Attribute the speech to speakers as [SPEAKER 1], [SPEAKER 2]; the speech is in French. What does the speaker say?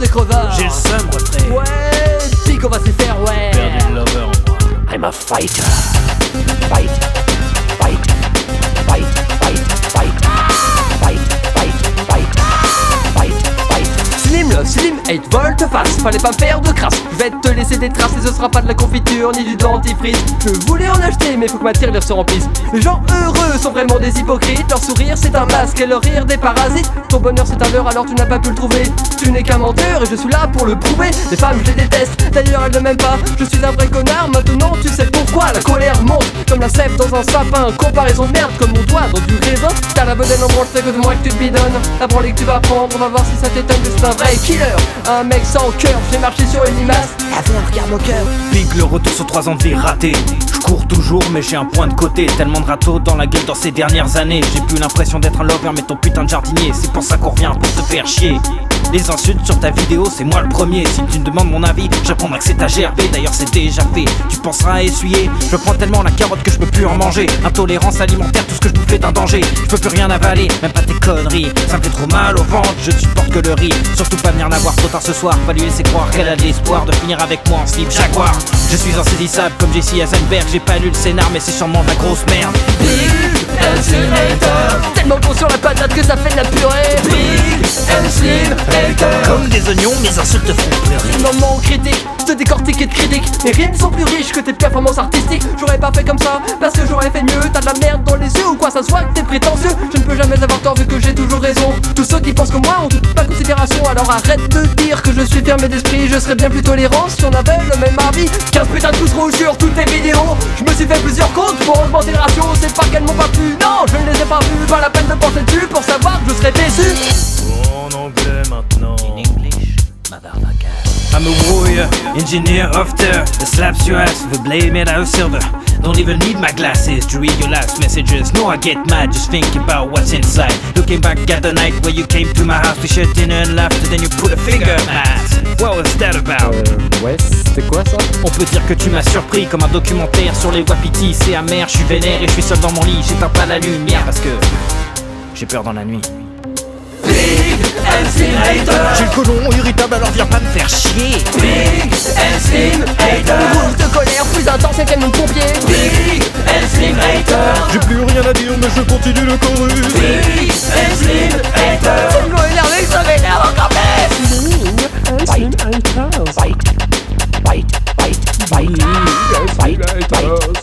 [SPEAKER 1] des crevards.
[SPEAKER 2] J'ai le seum, refrain.
[SPEAKER 1] Ouais, pique, on va s'y faire, ouais.
[SPEAKER 2] Perdu le lover en moi.
[SPEAKER 3] I'm a fighter. Fight, fight, fight, fight, fight, fight, fight, fight, fight, fight.
[SPEAKER 1] Slim, le slim, 8 volts face. Fallait pas me faire de crasse. Je vais te laisser des traces et ce sera pas de la confiture ni du dentifrice. Je voulais en acheter, mais faut que ma tirelire se remplisse. Les gens heureux sont vraiment des hypocrites. Leur sourire c'est un masque et leur rire des parasites. Ton bonheur c'est un leurre alors tu n'as pas pu le trouver. Tu n'es qu'un menteur et je suis là pour le prouver. Les femmes je les déteste, d'ailleurs elles ne m'aiment pas. Je suis un vrai connard, maintenant tu sais pourquoi. La colère monte comme la sève dans un sapin. Comparaison de merde comme mon doigt dans du raisin. T'as la bedaine en branle, c'est que de moi que tu te bidonnes. La branlée que tu vas prendre, on va voir si ça t'étonne. Je suis un vrai killer, un mec sans cœur. J'ai marché sur une limace.
[SPEAKER 3] Avais un regard moqueur.
[SPEAKER 2] Big, le retour sur 3 ans de vie raté. Je cours toujours, mais j'ai un point de côté. Tellement de râteaux dans la gueule dans ces dernières années. J'ai plus l'impression d'être un lover, mais ton putain de jardinier. C'est pour ça qu'on revient pour te faire chier. Les insultes sur ta vidéo, c'est moi le premier. Si tu me demandes mon avis, j'apprendrai que c'est ta GRB. D'ailleurs, c'est déjà fait. Tu penseras à essuyer. Je prends tellement la carotte que je peux plus en manger. Intolérance alimentaire, tout ce que je bouffais est un danger. Je peux plus rien avaler, même pas tes conneries. Ça me fait trop mal au ventre, je ne supporte que le riz. Surtout pas venir la voir trop tard ce soir. Pas lui laisser croire qu'elle a de l'espoir de finir avec moi en slip jaguar. Je suis insaisissable comme Jesse Eisenberg. J'ai pas lu le scénar, mais c'est sûrement de la grosse merde.
[SPEAKER 1] Big Slim Hater Tellement bon sur la patate que ça fait de la purée Big Slim Hater
[SPEAKER 2] Comme des oignons, mes insultes te font pleurer.
[SPEAKER 1] Moment critique, te décortique et te critique Mes rimes sont plus riches que tes performances artistiques J'aurais pas fait comme ça, parce que j'aurais fait mieux T'as de la merde dans les yeux ou quoi ça soit que t'es prétentieux Je ne peux jamais avoir tort vu que j'ai toujours raison Tous ceux qui pensent comme moi ont toute ma considération Alors arrête de dire que je suis fermé d'esprit Je serais bien plus tolérant si on avait le même avis 15 putains de pouces rouges sur toutes tes vidéos Je me suis fait plusieurs comptes pour augmenter le ratio C'est pas qu'elles m'ont pas plu, non je ne les ai pas vus Pas la peine de penser dessus pour savoir que je serais déçu
[SPEAKER 4] En anglais maintenant.
[SPEAKER 2] I'm a warrior, engineer of terror that slaps your ass with a blade made out of silver. Don't even need my glasses to read your last messages. No, I get mad just thinking about what's inside. Looking back at the night where you came to my house, we shared dinner and laughter, then you put a finger in my ass. What was that about?
[SPEAKER 5] ouais, c'était quoi ça
[SPEAKER 2] On peut dire que tu m'as surpris comme un documentaire sur les wapitis. C'est amer, je suis vénère et je suis seul dans mon lit. J'éteins pas la lumière parce que j'ai peur dans la nuit.
[SPEAKER 1] Big Slim Hater
[SPEAKER 2] J'ai le colon irritable, alors viens pas me faire chier.
[SPEAKER 1] Big Slim Hater Rouge de colère plus intense qu'un mon pompier Big Slim Hater
[SPEAKER 5] J'ai plus rien à dire, mais je continue le chorus.
[SPEAKER 1] Big Slim Hater C'est le mot énervé, ça m'énerve encore plus
[SPEAKER 3] Fight, fight, fight, fight, fight, fight, fight,